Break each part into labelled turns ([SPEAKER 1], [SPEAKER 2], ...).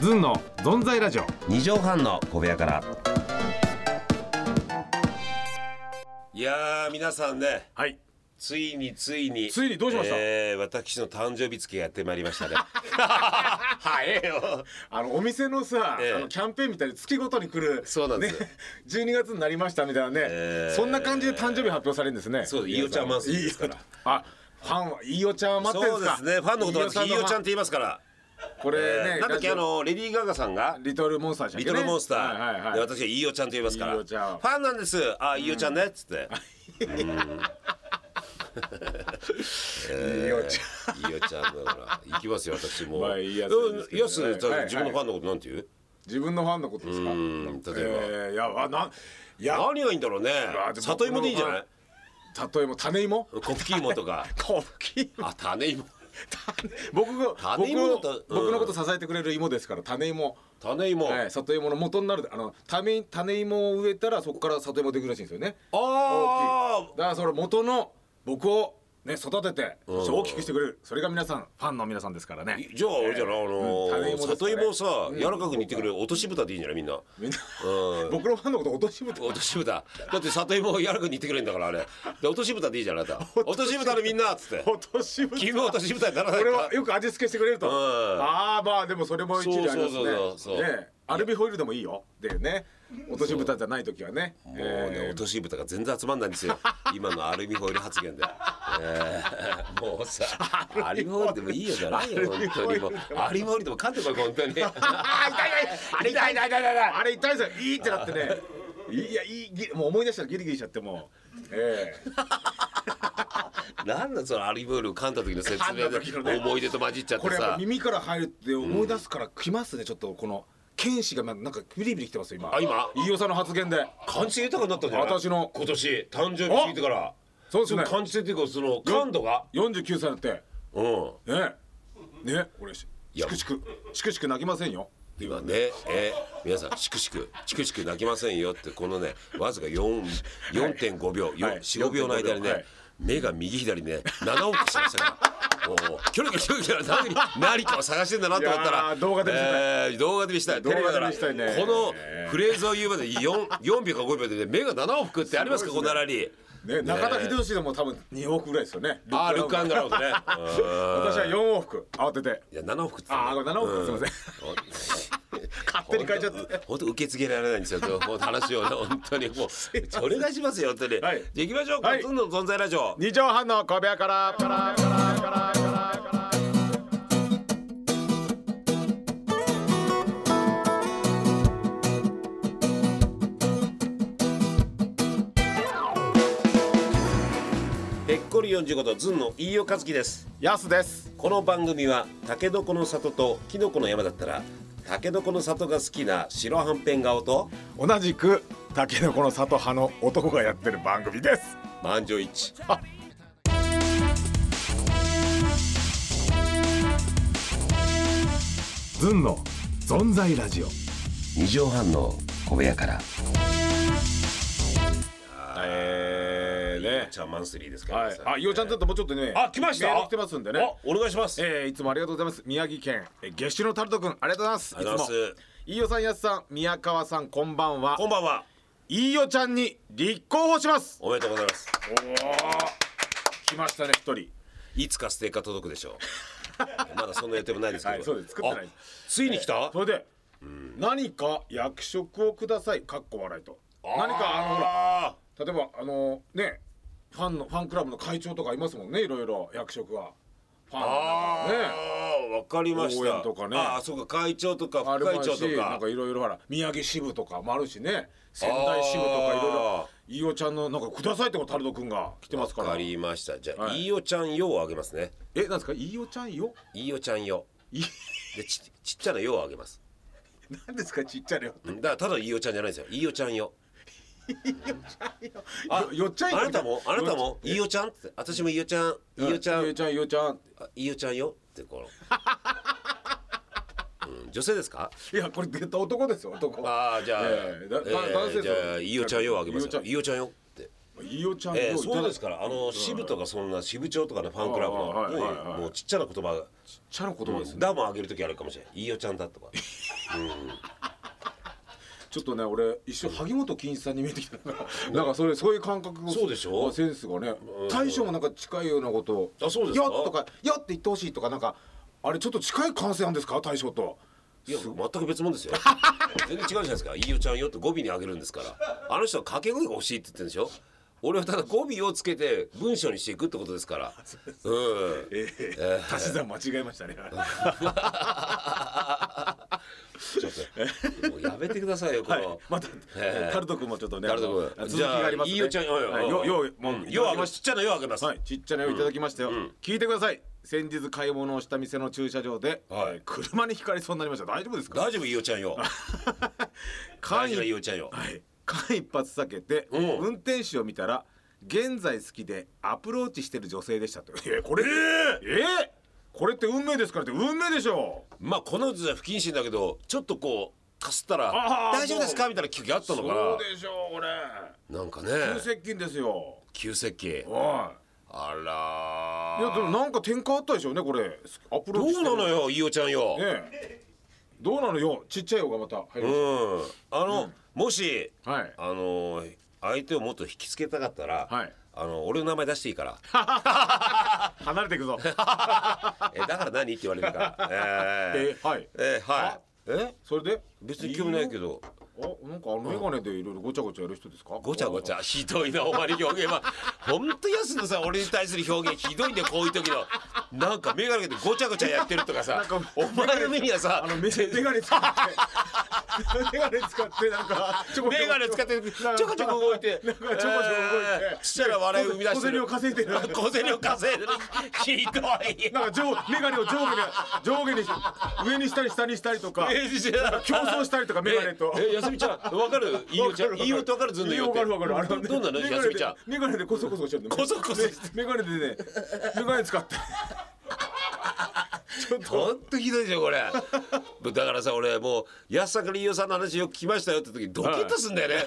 [SPEAKER 1] ずんのぞんざいラジオ
[SPEAKER 2] 二畳半の小部屋から。いやー皆さんね
[SPEAKER 1] はい
[SPEAKER 2] ついについに
[SPEAKER 1] ついにどうしました
[SPEAKER 2] えー私の誕生日付がやってまいり ましたね早えよ
[SPEAKER 1] あのお店のさ、
[SPEAKER 2] ええ
[SPEAKER 1] あのキャンペーンみたいに月ごとに来る
[SPEAKER 2] そうなんですよ
[SPEAKER 1] ね、12月に なりましたみたいなね、
[SPEAKER 2] ええ
[SPEAKER 1] そんな感じで誕生日発表されるんですね
[SPEAKER 2] そう
[SPEAKER 1] 皆さ
[SPEAKER 2] 飯尾ちゃん待つんですから
[SPEAKER 1] いいよあファンは飯尾ちゃん待ってる
[SPEAKER 2] そ
[SPEAKER 1] ん
[SPEAKER 2] う
[SPEAKER 1] で
[SPEAKER 2] で
[SPEAKER 1] か
[SPEAKER 2] すすねファンのことはひいおちゃんって言いますから、
[SPEAKER 1] これね、
[SPEAKER 2] えーなんだ
[SPEAKER 1] ラ
[SPEAKER 2] っけあ
[SPEAKER 1] ジオ
[SPEAKER 2] のレディー・ガガさんが
[SPEAKER 1] リトルモンスターでしたっけ
[SPEAKER 2] リ
[SPEAKER 1] ね
[SPEAKER 2] トルモンスター、
[SPEAKER 1] はいはいはい
[SPEAKER 2] で私は飯尾ちゃんと言いますから
[SPEAKER 1] 飯尾ちゃん
[SPEAKER 2] ファンなんですあ飯尾ちゃんねっつって
[SPEAKER 1] 飯尾ち
[SPEAKER 2] 飯尾ちゃんだから行きますよ私も、
[SPEAKER 1] まあいいやつですけどね
[SPEAKER 2] よしだから
[SPEAKER 1] はい
[SPEAKER 2] 自分のファンのことなんて言う、
[SPEAKER 1] 自分のファンのことですか
[SPEAKER 2] ん例
[SPEAKER 1] え
[SPEAKER 2] え
[SPEAKER 1] ーいやあないや
[SPEAKER 2] 何がいいんだろうね
[SPEAKER 1] わでも
[SPEAKER 2] 里芋でいいんじゃない
[SPEAKER 1] 例えば種芋
[SPEAKER 2] コプキ芋 とか
[SPEAKER 1] コキー
[SPEAKER 2] あ種芋
[SPEAKER 1] 僕が
[SPEAKER 2] 種
[SPEAKER 1] 僕
[SPEAKER 2] 芋だ
[SPEAKER 1] を
[SPEAKER 2] とうん
[SPEAKER 1] 僕のこと支えてくれる芋ですから種芋、
[SPEAKER 2] 種芋、
[SPEAKER 1] はい、里芋の元になるあの種種芋を植えたらそこから里芋できるらしいんですよね
[SPEAKER 2] あ
[SPEAKER 1] だからその元の僕をね育ててそして大きくしてくれるそれが皆さんファンの皆さんですからね
[SPEAKER 2] じゃああれじゃないあの
[SPEAKER 1] うん種芋で
[SPEAKER 2] ー
[SPEAKER 1] すかね
[SPEAKER 2] 里芋をさ柔らかく煮てくれる落とし蓋でいいんじゃないみんな
[SPEAKER 1] みんな
[SPEAKER 2] うん
[SPEAKER 1] 僕のファンのこと落としぶた
[SPEAKER 2] 落とし蓋だって里芋を柔らかく煮てくれるんだからあれで落とし蓋でいいじゃんあな た落とし蓋でみんなっつって
[SPEAKER 1] 落としぶた
[SPEAKER 2] 君も落とし蓋にならない
[SPEAKER 1] これ
[SPEAKER 2] か
[SPEAKER 1] はよく味付けしてくれると
[SPEAKER 2] ん
[SPEAKER 1] ああまあでもそれも一理ありますね
[SPEAKER 2] そうそうそうそう
[SPEAKER 1] ねえアルミホイルでもいいよでね落としぶたじゃない時はねもう
[SPEAKER 2] もうね落とし蓋が全然集まんないんで すよ今のアルミホイル発言で、えーもうさアルミホイルでもいいよじゃないよ本当にもうアルミホイルでも勝ってこい本 当に
[SPEAKER 1] あ痛い痛い痛い痛い痛い痛いあれ痛いですよいいってなってねいやいいギリもう思い出したらギリギリしちゃってもうええ
[SPEAKER 2] なんだそのアルミホイルを噛んだ時の説明
[SPEAKER 1] 噛んだ時のね
[SPEAKER 2] で思い出と混じっちゃっ
[SPEAKER 1] こ
[SPEAKER 2] て
[SPEAKER 1] れやっぱ
[SPEAKER 2] さ
[SPEAKER 1] 耳から入るって思い出すからきますねちょっとこの剣士がまなんかビリビリきてますよ今
[SPEAKER 2] あ今
[SPEAKER 1] 飯尾さんの発言で
[SPEAKER 2] 感じ豊かになったんじゃない
[SPEAKER 1] 私の
[SPEAKER 2] 今年誕生日過ぎてから
[SPEAKER 1] そうで
[SPEAKER 2] そ
[SPEAKER 1] す
[SPEAKER 2] の
[SPEAKER 1] ね
[SPEAKER 2] 感じ豊かその感度が
[SPEAKER 1] 49歳になって
[SPEAKER 2] うん
[SPEAKER 1] ねえねこれし
[SPEAKER 2] いや
[SPEAKER 1] くしくしくしく泣きませんよ
[SPEAKER 2] 今ね、え皆さん、しくしく、しくしく泣きませんよって、このね、わずか4 4.5秒、
[SPEAKER 1] はい
[SPEAKER 2] 4、4、5秒の間にね、
[SPEAKER 1] はい
[SPEAKER 2] 目が右左ね、7往復してましたから。おうキョロキョロキョロキョロ何何かを探してんだなと思った
[SPEAKER 1] いや
[SPEAKER 2] ら
[SPEAKER 1] ー動画で見せたい
[SPEAKER 2] えー動画で見せたい
[SPEAKER 1] 動画で見せたいね
[SPEAKER 2] テレビだからこのフレーズを言うまで 4, 4秒か5秒で、ね、目が7往復ってありますか
[SPEAKER 1] すご
[SPEAKER 2] こ
[SPEAKER 1] い
[SPEAKER 2] ん
[SPEAKER 1] ですね
[SPEAKER 2] なラリー
[SPEAKER 1] ね中田秀吉でも多分2往復ぐらいですよね
[SPEAKER 2] あールックアンドラウンドね
[SPEAKER 1] 私は4往復慌てて
[SPEAKER 2] いや7往復って言
[SPEAKER 1] ああ
[SPEAKER 2] った
[SPEAKER 1] 7
[SPEAKER 2] ね
[SPEAKER 1] 往
[SPEAKER 2] う
[SPEAKER 1] 復すいません勝手に変えちゃって
[SPEAKER 2] 本当受け付けられないんですよ。もう話をね本 当にもうお願いしますよ本当に。
[SPEAKER 1] はい
[SPEAKER 2] じゃあ行きましょう。
[SPEAKER 1] は
[SPEAKER 2] はいい、の存在ラジオ。
[SPEAKER 1] 二畳半の小部屋からからからからから
[SPEAKER 2] ぺっこり四十五度ずんの飯尾和樹です。
[SPEAKER 1] やすです
[SPEAKER 2] この番組はタケノコの里とキノコの山だったらタケノコの里が好きな白はんぺん顔と
[SPEAKER 1] 同じくタケノコの里派の男がやってる番組です
[SPEAKER 2] 満場一致。
[SPEAKER 1] ずんの存在ラジオ
[SPEAKER 2] 二畳半の小部屋から。
[SPEAKER 1] えーね
[SPEAKER 2] チャーマンスリーですから
[SPEAKER 1] はいあいおちゃんちょっともうちょっとね
[SPEAKER 2] あ来ました
[SPEAKER 1] メール来てますんでね
[SPEAKER 2] あお願いします。
[SPEAKER 1] えーいつもありがとうございます宮城県えー月種のタルト君ありがとうございます
[SPEAKER 2] ありがとうございま
[SPEAKER 1] つ
[SPEAKER 2] す
[SPEAKER 1] も飯尾さんやすさん宮川さんこんばんは
[SPEAKER 2] こんばんは。
[SPEAKER 1] 飯尾ちゃんに立候補します
[SPEAKER 2] おめでとうございます。
[SPEAKER 1] おお来ましたね一人
[SPEAKER 2] いつかステッカー届くでしょう。 まだそんな予定もないですけど。
[SPEAKER 1] はいそうです作ってない
[SPEAKER 2] あついに来た。
[SPEAKER 1] それで、何か役職をくださいかっこ笑いと何かあのほら
[SPEAKER 2] あ
[SPEAKER 1] 例えばあのねファンのファンクラブの会長とかいますもんねいろいろ役職はファンの
[SPEAKER 2] あ
[SPEAKER 1] 中にね
[SPEAKER 2] ーわかりました。
[SPEAKER 1] 応援とかね
[SPEAKER 2] ああそうか会長とか
[SPEAKER 1] あ
[SPEAKER 2] 副
[SPEAKER 1] る
[SPEAKER 2] 会
[SPEAKER 1] まい
[SPEAKER 2] 長
[SPEAKER 1] し
[SPEAKER 2] と
[SPEAKER 1] なん
[SPEAKER 2] か
[SPEAKER 1] か。いろいろほら宮城支部とかもあるしね仙台支部とかいろいろ
[SPEAKER 2] あ
[SPEAKER 1] 飯尾ちゃんのなんかくださいってことタルト君が来てますか
[SPEAKER 2] わ
[SPEAKER 1] ら
[SPEAKER 2] かりました。じゃあ、
[SPEAKER 1] はい
[SPEAKER 2] い、飯尾ちゃんよをあげますね。
[SPEAKER 1] えなんですか飯尾ちゃんよ
[SPEAKER 2] 飯尾ちゃんよ。
[SPEAKER 1] い
[SPEAKER 2] でちちっちゃなよをあげます。
[SPEAKER 1] 何ですかちっちゃいよ
[SPEAKER 2] うんだからただ飯尾ちゃんじゃないですよ。飯尾ちゃんよ。
[SPEAKER 1] あよっちゃんよ
[SPEAKER 2] あなたもあなたも飯尾ちゃんって私も飯尾ちゃん飯尾ちゃん
[SPEAKER 1] 飯尾ちゃん飯尾ちゃん
[SPEAKER 2] あ飯尾ちゃんよってこの、うん、女性ですか？
[SPEAKER 1] いやこれ絶対男ですよ男
[SPEAKER 2] ああじゃあ、
[SPEAKER 1] ええだだ男性です
[SPEAKER 2] じゃあ飯尾ちゃんよをあげます
[SPEAKER 1] 飯尾ちゃん
[SPEAKER 2] よ飯尾ちゃんよって、
[SPEAKER 1] 飯尾ちゃんよ
[SPEAKER 2] え
[SPEAKER 1] い
[SPEAKER 2] え
[SPEAKER 1] ただ
[SPEAKER 2] そうですからあの支部とかそんな支部長とかのファンクラブ
[SPEAKER 1] ああはいはい
[SPEAKER 2] の
[SPEAKER 1] はい
[SPEAKER 2] もうちっちゃな言葉
[SPEAKER 1] ちっちゃな言葉ですね
[SPEAKER 2] ダムあげる時あるかもしれない飯尾ちゃんだとか
[SPEAKER 1] ちょっとね俺一瞬萩本欽一さんに見えてきたからなん かそれそういう感覚が
[SPEAKER 2] そうでしょ
[SPEAKER 1] センスがね大将もなんか近いようなことを
[SPEAKER 2] あそうですか
[SPEAKER 1] よっとかよって言ってほしいとかなんかあれちょっと近い感性なんですか大将と
[SPEAKER 2] いや全く別物ですよ全然違うじゃないですか「飯尾ちゃんよ」って語尾にあげるんですからあの人は掛け声が欲しいって言ってるんでしょ俺はただ語尾をつけて文章にしていくってことですからうん
[SPEAKER 1] ええ 足し算間違えましたね
[SPEAKER 2] ちょっともうやめてくださいよこ
[SPEAKER 1] はい
[SPEAKER 2] の、
[SPEAKER 1] また
[SPEAKER 2] ええ
[SPEAKER 1] タルト君もちょっとね
[SPEAKER 2] 誰だこ
[SPEAKER 1] あの
[SPEAKER 2] れ
[SPEAKER 1] 続きがありますね
[SPEAKER 2] じゃあ飯尾ちゃんよ
[SPEAKER 1] はいよよよ
[SPEAKER 2] も
[SPEAKER 1] も
[SPEAKER 2] う
[SPEAKER 1] う
[SPEAKER 2] よあげますちっちゃなよあげます
[SPEAKER 1] はい、ちっちゃな絵をいただきましたよ、聞いてください先日買い物をした店の駐車場で、
[SPEAKER 2] はい
[SPEAKER 1] えー車にひかれそうになりました大丈夫ですか
[SPEAKER 2] 大丈夫飯尾ちゃんよ
[SPEAKER 1] 間
[SPEAKER 2] 大事な
[SPEAKER 1] 一
[SPEAKER 2] 飯尾ちゃんよ
[SPEAKER 1] はい、間一髪避けて、
[SPEAKER 2] うん
[SPEAKER 1] 運転手を見たら現在好きでアプローチしてる女性でしたとえこれええこれって運命ですからって運命でしょ
[SPEAKER 2] まあこの図は不謹慎だけどちょっとこうかすったら
[SPEAKER 1] あ
[SPEAKER 2] 「
[SPEAKER 1] ー
[SPEAKER 2] 大丈夫ですか?」みたいな聞きあった
[SPEAKER 1] そ
[SPEAKER 2] の
[SPEAKER 1] う
[SPEAKER 2] かな
[SPEAKER 1] でしょうこれ
[SPEAKER 2] なんか
[SPEAKER 1] 急
[SPEAKER 2] ね
[SPEAKER 1] 接近ですよ
[SPEAKER 2] 急接近
[SPEAKER 1] は
[SPEAKER 2] あ
[SPEAKER 1] いいやでも
[SPEAKER 2] らー
[SPEAKER 1] なんか展開あったでしょうねこれアプロ
[SPEAKER 2] ど
[SPEAKER 1] ーチして
[SPEAKER 2] う
[SPEAKER 1] る
[SPEAKER 2] なのよ飯尾ちゃんよ、
[SPEAKER 1] ねえどうなのよちっちゃいよがまた入り
[SPEAKER 2] う
[SPEAKER 1] まし
[SPEAKER 2] んあの、もした
[SPEAKER 1] はい
[SPEAKER 2] あのー相手をもっと引きつけたかったら、
[SPEAKER 1] はい
[SPEAKER 2] あの俺の名前出してい いから
[SPEAKER 1] 離れていく ぞ
[SPEAKER 2] えだから何って言われるから。え
[SPEAKER 1] えーはい
[SPEAKER 2] ー、えーはい
[SPEAKER 1] あ。えそれで
[SPEAKER 2] 別に興味ないけ
[SPEAKER 1] ど
[SPEAKER 2] ど。
[SPEAKER 1] あなんかあの眼鏡でいろいろごちゃごちゃやる人ですか
[SPEAKER 2] ごちゃごち
[SPEAKER 1] ゃ
[SPEAKER 2] ゃひどいなお前の表現は。本当安野さん俺に対する表現ひどいんだよこういう時の。なんか眼鏡でごちゃごちゃやってるとかさ
[SPEAKER 1] なんか。
[SPEAKER 2] お前の目にはさ
[SPEAKER 1] あ。のメ眼鏡使って眼鏡使ってなんかちょこちょこ
[SPEAKER 2] 眼鏡使ってちょこちょこ動いて
[SPEAKER 1] なんかちょこちょこ動い
[SPEAKER 2] えーちっちゃな笑いを生み出してる
[SPEAKER 1] 小銭を稼いでるなんか
[SPEAKER 2] 小銭を稼いでるひど
[SPEAKER 1] 上
[SPEAKER 2] い
[SPEAKER 1] 眼鏡を上下に上下にし上にしたり下にしたりとか競争したりとか眼鏡と
[SPEAKER 2] ええ休みちゃんわかるいいよちゃんいいよとわかるずんのよって
[SPEAKER 1] わかるわかるあれはね
[SPEAKER 2] どんなの
[SPEAKER 1] メガネ
[SPEAKER 2] 休みちゃん
[SPEAKER 1] でメガネでコソコソしてるの
[SPEAKER 2] コソコソして
[SPEAKER 1] メガネでねメガネ使ってちょっと
[SPEAKER 2] ほんとひどいでしょこれだからさ俺もう安さんから飯尾さんの話よく聞きましたよって時ドキッとすんだよね、なん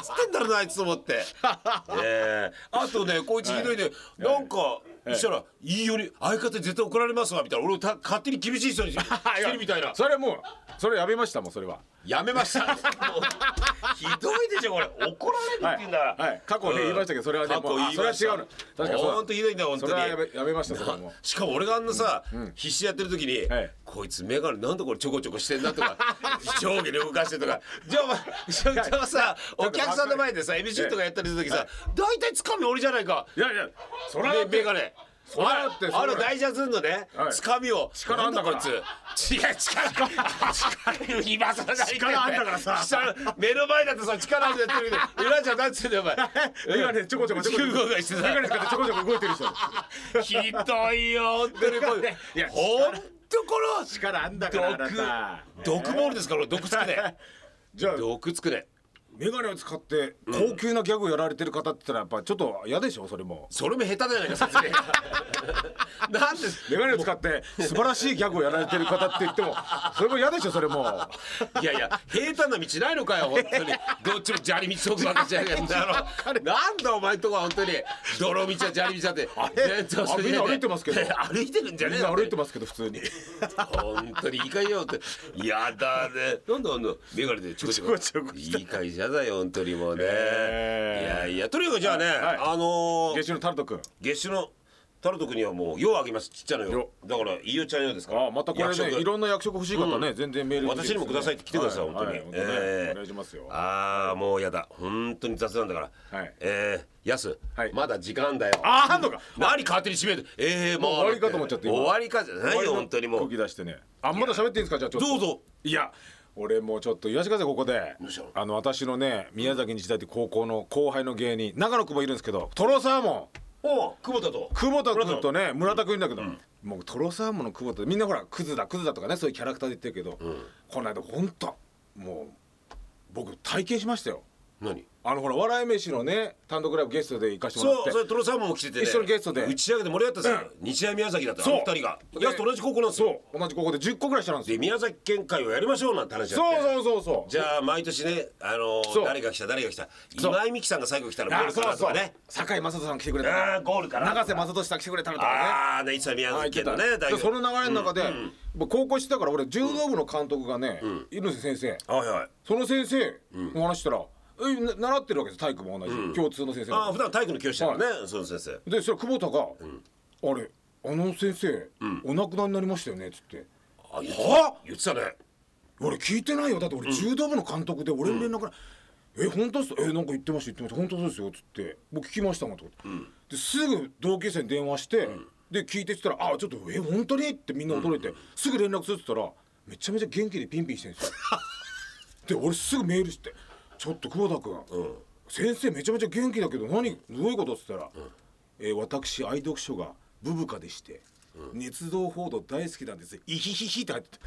[SPEAKER 2] つってんだろうなあいつと思ってええあとねこいつひどいね、なんか、そしたら「いいより相方絶対怒られますわ」みたいな俺をた勝手に厳しい人にしてるみたいな
[SPEAKER 1] そ れはもうそれやめましたもんそれは
[SPEAKER 2] やめましたもうひどいでしょこれ怒られるって言うんだから、
[SPEAKER 1] はい過去ね言いましたけどそれはね
[SPEAKER 2] 過去
[SPEAKER 1] もうあ
[SPEAKER 2] 言いました
[SPEAKER 1] それは違うの確かにそう
[SPEAKER 2] ほんとひどいんだよ本当
[SPEAKER 1] それ
[SPEAKER 2] に
[SPEAKER 1] はやめやめましたそれはもう
[SPEAKER 2] しかも俺があんなさ、必死でやってる時に、
[SPEAKER 1] はい
[SPEAKER 2] こいつ眼鏡なんでこれちょこちょこしてんだと か上下で動かしてとかじゃあお前じゃあじゃあさお客さんの前でさ MC とかやったりする時さ大体つかみ俺じゃないか
[SPEAKER 1] いやいやそれは
[SPEAKER 2] ね眼鏡
[SPEAKER 1] それだってそ
[SPEAKER 2] あ
[SPEAKER 1] れ
[SPEAKER 2] のあの大ジャズのね、
[SPEAKER 1] はい
[SPEAKER 2] つかみを
[SPEAKER 1] 力あんだから
[SPEAKER 2] なんこいつ違う 力力今更ない
[SPEAKER 1] 力あんだからさ
[SPEAKER 2] 下目の前だとさ力あんだって言ってるけど裏じゃなってんだよお前
[SPEAKER 1] メガネちょこちょこちょこちょこ
[SPEAKER 2] 15がしてさ
[SPEAKER 1] メガネ使ってちょこちょこ動いてる人
[SPEAKER 2] ひどいよ本当にこれ
[SPEAKER 1] いや
[SPEAKER 2] ほんとこの
[SPEAKER 1] 力あんだからあなた
[SPEAKER 2] 毒毒ボールですから俺毒つくね
[SPEAKER 1] じゃあ
[SPEAKER 2] 毒つくね
[SPEAKER 1] メガネを使って高級なギャグをやられてる方って言ったらやっぱちょっと嫌でしょそれも
[SPEAKER 2] それも下手じゃないか説 明なんで
[SPEAKER 1] メガネを使って素晴らしいギャグをやられてる方って言ってもそれも嫌でしょそれも
[SPEAKER 2] いやいや平坦な道ないのかよ本当にどっちも砂利道とかばっかじゃねえんだろなんだお前んとこは本当に泥道は砂利道だって
[SPEAKER 1] れあみんな歩いてますけど
[SPEAKER 2] 歩いてるんじゃね
[SPEAKER 1] み
[SPEAKER 2] え
[SPEAKER 1] ん
[SPEAKER 2] よ
[SPEAKER 1] な歩いてますけど普通に
[SPEAKER 2] 本当にいい会よってやだねなんだあんなメガネでちょこちょこ
[SPEAKER 1] ちょこちょこ
[SPEAKER 2] いい会社だよ本当にもうね、
[SPEAKER 1] ええ
[SPEAKER 2] いやいやとにかくじゃあね、
[SPEAKER 1] はい
[SPEAKER 2] あのー
[SPEAKER 1] 月収のタルト君
[SPEAKER 2] 月収のタルト君にはもうようあげますちっちゃなよ
[SPEAKER 1] よ
[SPEAKER 2] だからいいよちゃんよですから
[SPEAKER 1] あまたこれ
[SPEAKER 2] 役
[SPEAKER 1] ね
[SPEAKER 2] 職
[SPEAKER 1] いろんな役職欲しい方ね、全然メール
[SPEAKER 2] 私にもくださいって来てください、本当に、ええ
[SPEAKER 1] お願いしますよ
[SPEAKER 2] ああもうやだ本当に雑なんだから、
[SPEAKER 1] はい
[SPEAKER 2] ええやす、
[SPEAKER 1] はい
[SPEAKER 2] まだ時間だよ
[SPEAKER 1] ああんのか
[SPEAKER 2] 何勝手に締めるええ
[SPEAKER 1] も
[SPEAKER 2] もう
[SPEAKER 1] う終わりかと思っちゃった今
[SPEAKER 2] 終わりかじゃないよ本当にもう
[SPEAKER 1] 空気出してねあまだ喋っていいんですかじゃあちょっと
[SPEAKER 2] どうぞ
[SPEAKER 1] いや俺もうちょっと言わしてくださいここで
[SPEAKER 2] うしたの
[SPEAKER 1] あの私のね宮崎日大って高校の後輩の芸人長野くんもいるんですけどトロサーモン
[SPEAKER 2] おう久保田と
[SPEAKER 1] 久保田君とね村田君いるんだけど、もうトロサーモンの久保田みんなほらクズだクズだとかねそういうキャラクターで言ってるけど、この間ほんともう僕体験しましたよ
[SPEAKER 2] 何
[SPEAKER 1] あのほら笑い飯のね単独ライブゲストで行かしてもらっ
[SPEAKER 2] そ
[SPEAKER 1] て
[SPEAKER 2] うそれトロサーモンも来てて、ね、
[SPEAKER 1] 一緒にゲストで
[SPEAKER 2] 打ち上げで盛り上がったんですよ、日大宮崎だった
[SPEAKER 1] そう
[SPEAKER 2] の二人がやつと同じ高校なんですよ
[SPEAKER 1] 同じ高校で10個ぐらいしたんです
[SPEAKER 2] で
[SPEAKER 1] よ
[SPEAKER 2] 宮崎県会をやりましょうなんて話やっ
[SPEAKER 1] そ
[SPEAKER 2] て
[SPEAKER 1] うそうそうそう
[SPEAKER 2] じゃあ毎年ね、あのー
[SPEAKER 1] そう
[SPEAKER 2] 誰が来た誰が来た
[SPEAKER 1] そう
[SPEAKER 2] 今井美樹さんが最後来たらゴー
[SPEAKER 1] あ
[SPEAKER 2] ルか
[SPEAKER 1] そう
[SPEAKER 2] なと
[SPEAKER 1] そ
[SPEAKER 2] か
[SPEAKER 1] う
[SPEAKER 2] ね
[SPEAKER 1] 堺雅人さん来てくれた
[SPEAKER 2] あー
[SPEAKER 1] ら
[SPEAKER 2] ゴールかな
[SPEAKER 1] 永瀬雅俊さん来てくれたらとかね
[SPEAKER 2] ああねいつは宮
[SPEAKER 1] あ
[SPEAKER 2] 崎
[SPEAKER 1] 行ってた
[SPEAKER 2] 県のね代
[SPEAKER 1] で
[SPEAKER 2] 表
[SPEAKER 1] その流れの中で、僕高校してたから俺柔道部の監督がね、猪瀬先生
[SPEAKER 2] はいはい
[SPEAKER 1] その先生の話したら、えな習ってるわけです体育も同じ、共通の先生
[SPEAKER 2] ああ
[SPEAKER 1] が
[SPEAKER 2] 普段体育の教師だからね、その先生
[SPEAKER 1] でそれ久保田が「あれあの先生、お亡くなりになりましたよね」っつって
[SPEAKER 2] あ言ってた言ってたね
[SPEAKER 1] 「俺聞いてないよだって俺柔道部の監督で俺に連絡ない、え本当っすえなんか言ってました言ってました本当そうですよ」っつって「僕聞きましたもん」とかって、ですぐ同級生に電話して、で聞いてっつったら「あちょっとえ本当に?」ってみんな驚いて、すぐ連絡するっつったらめちゃめちゃ元気でピンピンしてるんですよ。で俺すぐメールして「ちょっと久保田君、先生めちゃめちゃ元気だけど何どういうこと?」っつったら、えー私愛読書がブブカでして、熱動報道大好きなんですイヒヒヒ」って入ってて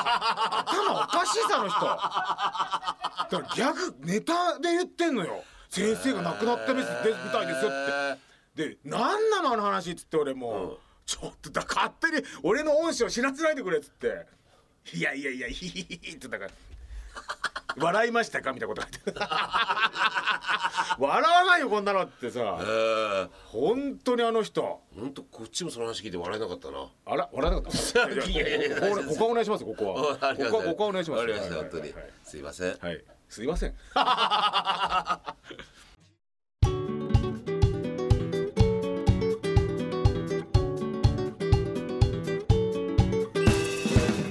[SPEAKER 1] 頭おかしいさあの人だからギャグネタで言ってんのよ先生が亡くなったみたいですよってで「何なのあの話」っつって俺もう、ちょっとだ勝手に俺の恩師を知らせないでくれ」っつって「いやいやいやヒヒヒヒ」ってだから。笑いましたかみたいなこと書 いてある笑わないよこんなのって
[SPEAKER 2] え
[SPEAKER 1] さ
[SPEAKER 2] ー、
[SPEAKER 1] 本当にあの人
[SPEAKER 2] ほんとこっちもその話聞いて笑えなかったな
[SPEAKER 1] あら笑わなかったい
[SPEAKER 2] いやいやいや
[SPEAKER 1] やここここはお願いしますここはここはここはお願いします
[SPEAKER 2] ありがとう
[SPEAKER 1] はい
[SPEAKER 2] ございます本当に、
[SPEAKER 1] はいはい
[SPEAKER 2] すいません
[SPEAKER 1] はい、すいま せん。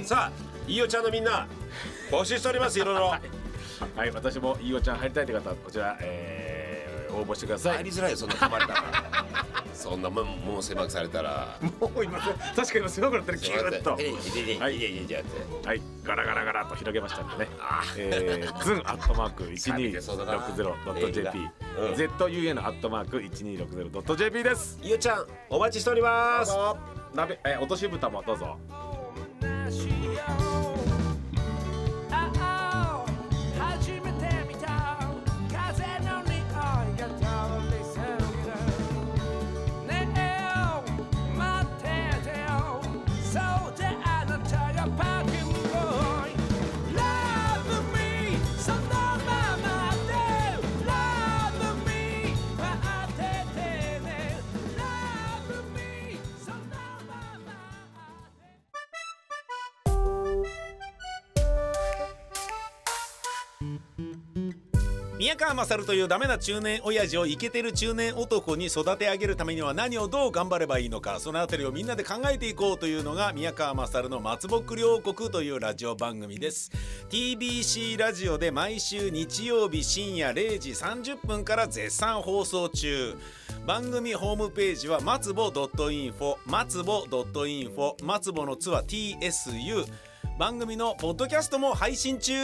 [SPEAKER 2] さあ飯尾ちゃんのみんな募集しておりますいろいろ
[SPEAKER 1] はい、私もいいおちゃん入りたいという方はこちら、えー、応募してくださ
[SPEAKER 2] 入りづらいよそんな噛まれたらそんなもんもう狭くされたら
[SPEAKER 1] もう今確かに狭くなったらキューッと
[SPEAKER 2] い。やいやいやいやいやいやって
[SPEAKER 1] はい、ガラガラガラと広げましたんでね。えー、ズンアットマーク一二六ゼロドット JP、Z U N アットマーク一二六ゼロドット JP です。
[SPEAKER 2] 飯尾ちゃんお待ちしております
[SPEAKER 1] 鍋、えー、落とし蓋もどうぞ。
[SPEAKER 3] 初めて見た風の匂いが漂ってするねえ待っててよそうであなたがパーキングボーイ Love me そのままで Love me 待っててね Love me そのままで
[SPEAKER 4] 宮川勝というダメな中年親父をイケてる中年男に育て上げるためには何をどう頑張ればいいのかそのあたりをみんなで考えていこうというのが宮川勝の「松ぼっくり王国」というラジオ番組です TBC ラジオで毎週日曜日深夜0時30分から絶賛放送中番組ホームページは松ぼ .info 松ぼ .info 松ぼのつは TSU 番組のポッドキャストも配信中